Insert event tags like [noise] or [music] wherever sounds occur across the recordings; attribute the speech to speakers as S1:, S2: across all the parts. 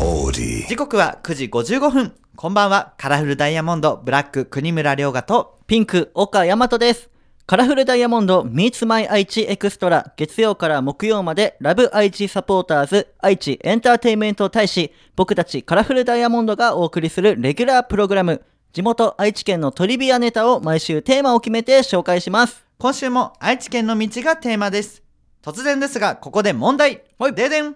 S1: オーディ
S2: 時刻は9時55分。こんばんは。カラフルダイヤモンド、ブラック、国村良賀と、
S3: ピンク、岡大和です。カラフルダイヤモンド Meets My 愛知エクストラ月曜から木曜までラブ愛知サポーターズ愛知エンターテインメント大使僕たちカラフルダイヤモンドがお送りするレギュラープログラム地元愛知県のトリビアネタを毎週テーマを決めて紹介します。
S2: 今週も愛知県の道がテーマです。突然ですが、ここで問題。ででん。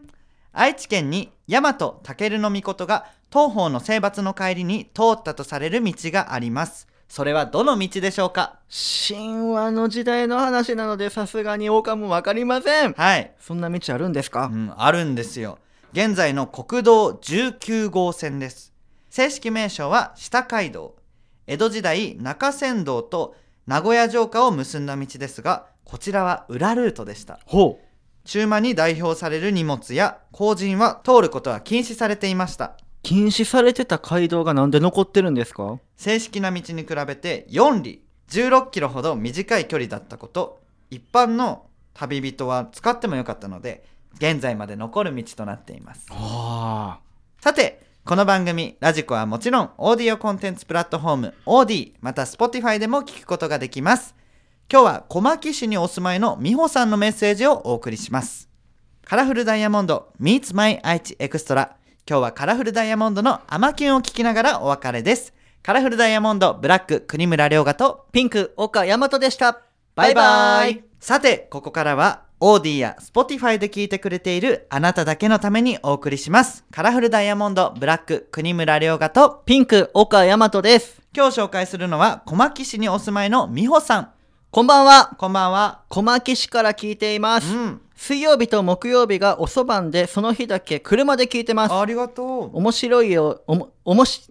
S2: 愛知県に大和武尊の御事が東方の征伐の帰りに通ったとされる道があります。それはどの道でしょうか
S3: 神話の時代の話なのでさすがに岡もわかりません。
S2: はい。
S3: そんな道あるんですか
S2: うん、あるんですよ。現在の国道19号線です。正式名称は下街道。江戸時代中山道と名古屋城下を結んだ道ですが、こちらは裏ルートでした。
S3: ほう。
S2: 中間に代表される荷物や後人は通ることは禁止されていました。
S3: 禁止されてた街道がなんで残ってるんですか
S2: 正式な道に比べて4里16キロほど短い距離だったこと一般の旅人は使ってもよかったので現在まで残る道となっています
S3: ああ。
S2: さて、この番組、ラジコはもちろん、オーディオコンテンツプラットフォーム、オーディ、また Spotify でも聞くことができます。今日は小牧市にお住まいの美穂さんのメッセージをお送りします。カラフルダイヤモンド Meets My 愛知エクストラ。今日はカラフルダイヤモンドのアマキュンを聞きながらお別れです。カラフルダイヤモンドブラック国村良賀と
S3: ピンク、岡大和でした。
S2: バ
S3: バ
S2: イ
S3: イ
S2: バ
S3: バ
S2: イ
S3: イ
S2: さて、ここからは、オーディや Spotify で聞いてくれているあなただけのためにお送りします。カラフルダイヤモンド、ブラック、国村良賀と、
S3: ピンク、岡大和です。
S2: 今日紹介するのは、小牧市にお住まいの美穂さん。
S3: こんばんは。
S2: こんばんは。
S3: 小牧市から聞いていま
S2: う
S3: す。
S2: ん。
S3: 水曜日と木曜日がおそばんで、その日だけ車で聞いてます。
S2: ありがとう。
S3: 面白いよ、おも、おもし、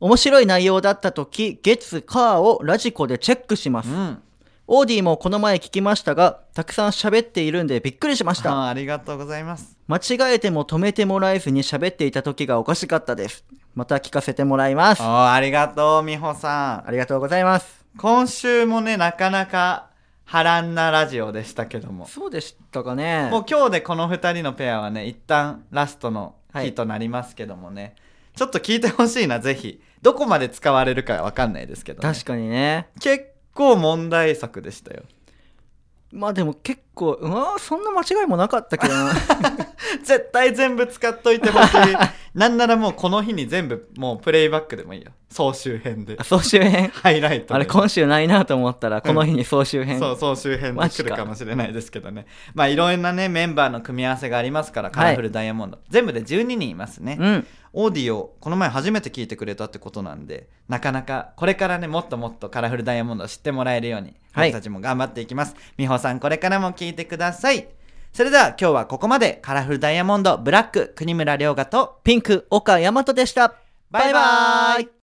S3: 面白い内容だった時、月、カーをラジコでチェックします
S2: う。ん。
S3: オーディもこの前聞きましたが、たくさん喋っているんでびっくりしました。
S2: あありがとうございます。
S3: 間違えても止めてもらえずに喋っていた時がおかしかったです。また聞かせてもらいます。
S2: あ
S3: あ
S2: ありがとう、美穂さん。
S3: りがとうございます。
S2: 今週もね、なかなか波乱なラジオでしたけども。
S3: そうでしたかね。
S2: もう今日でこの2人のペアはね一旦ラストの日となりますけどもね、ちょっと聞いてほしいなぜひどこまで使われるかわかんないですけど、ね、
S3: 確かにね。
S2: 結構問題作でしたよ
S3: まあでも結構、うわーそんな間違いもなかったけどな。
S2: 絶対全部使っといてほしい
S3: [laughs]
S2: なんならもうこの日に全部もうプレイバックでもいいよ総集編で
S3: [laughs] あ総集 [laughs] 編。
S2: ハイライトで
S3: あれ今週ないなと思ったら、この日に総集編。
S2: そう総集編で
S3: マジ
S2: 来る
S3: か
S2: かもしれないですけどねまあいろんなねメンバーの組み合わせがありますからカラフルダイヤモンド、全部で12人いますね、
S3: うん。
S2: オーディをこの前初めて聞いてくれたってことなんでなかなかこれからねもっともっとカラフルダイヤモンドを知ってもらえるように
S3: はい
S2: 僕たちも頑張っていきます、美穂さんこれからも聞いてくださいそれでは今日はここまでカラフルダイヤモンドブラック国村良賀と
S3: ピンク、岡大和でした。
S2: バイバイ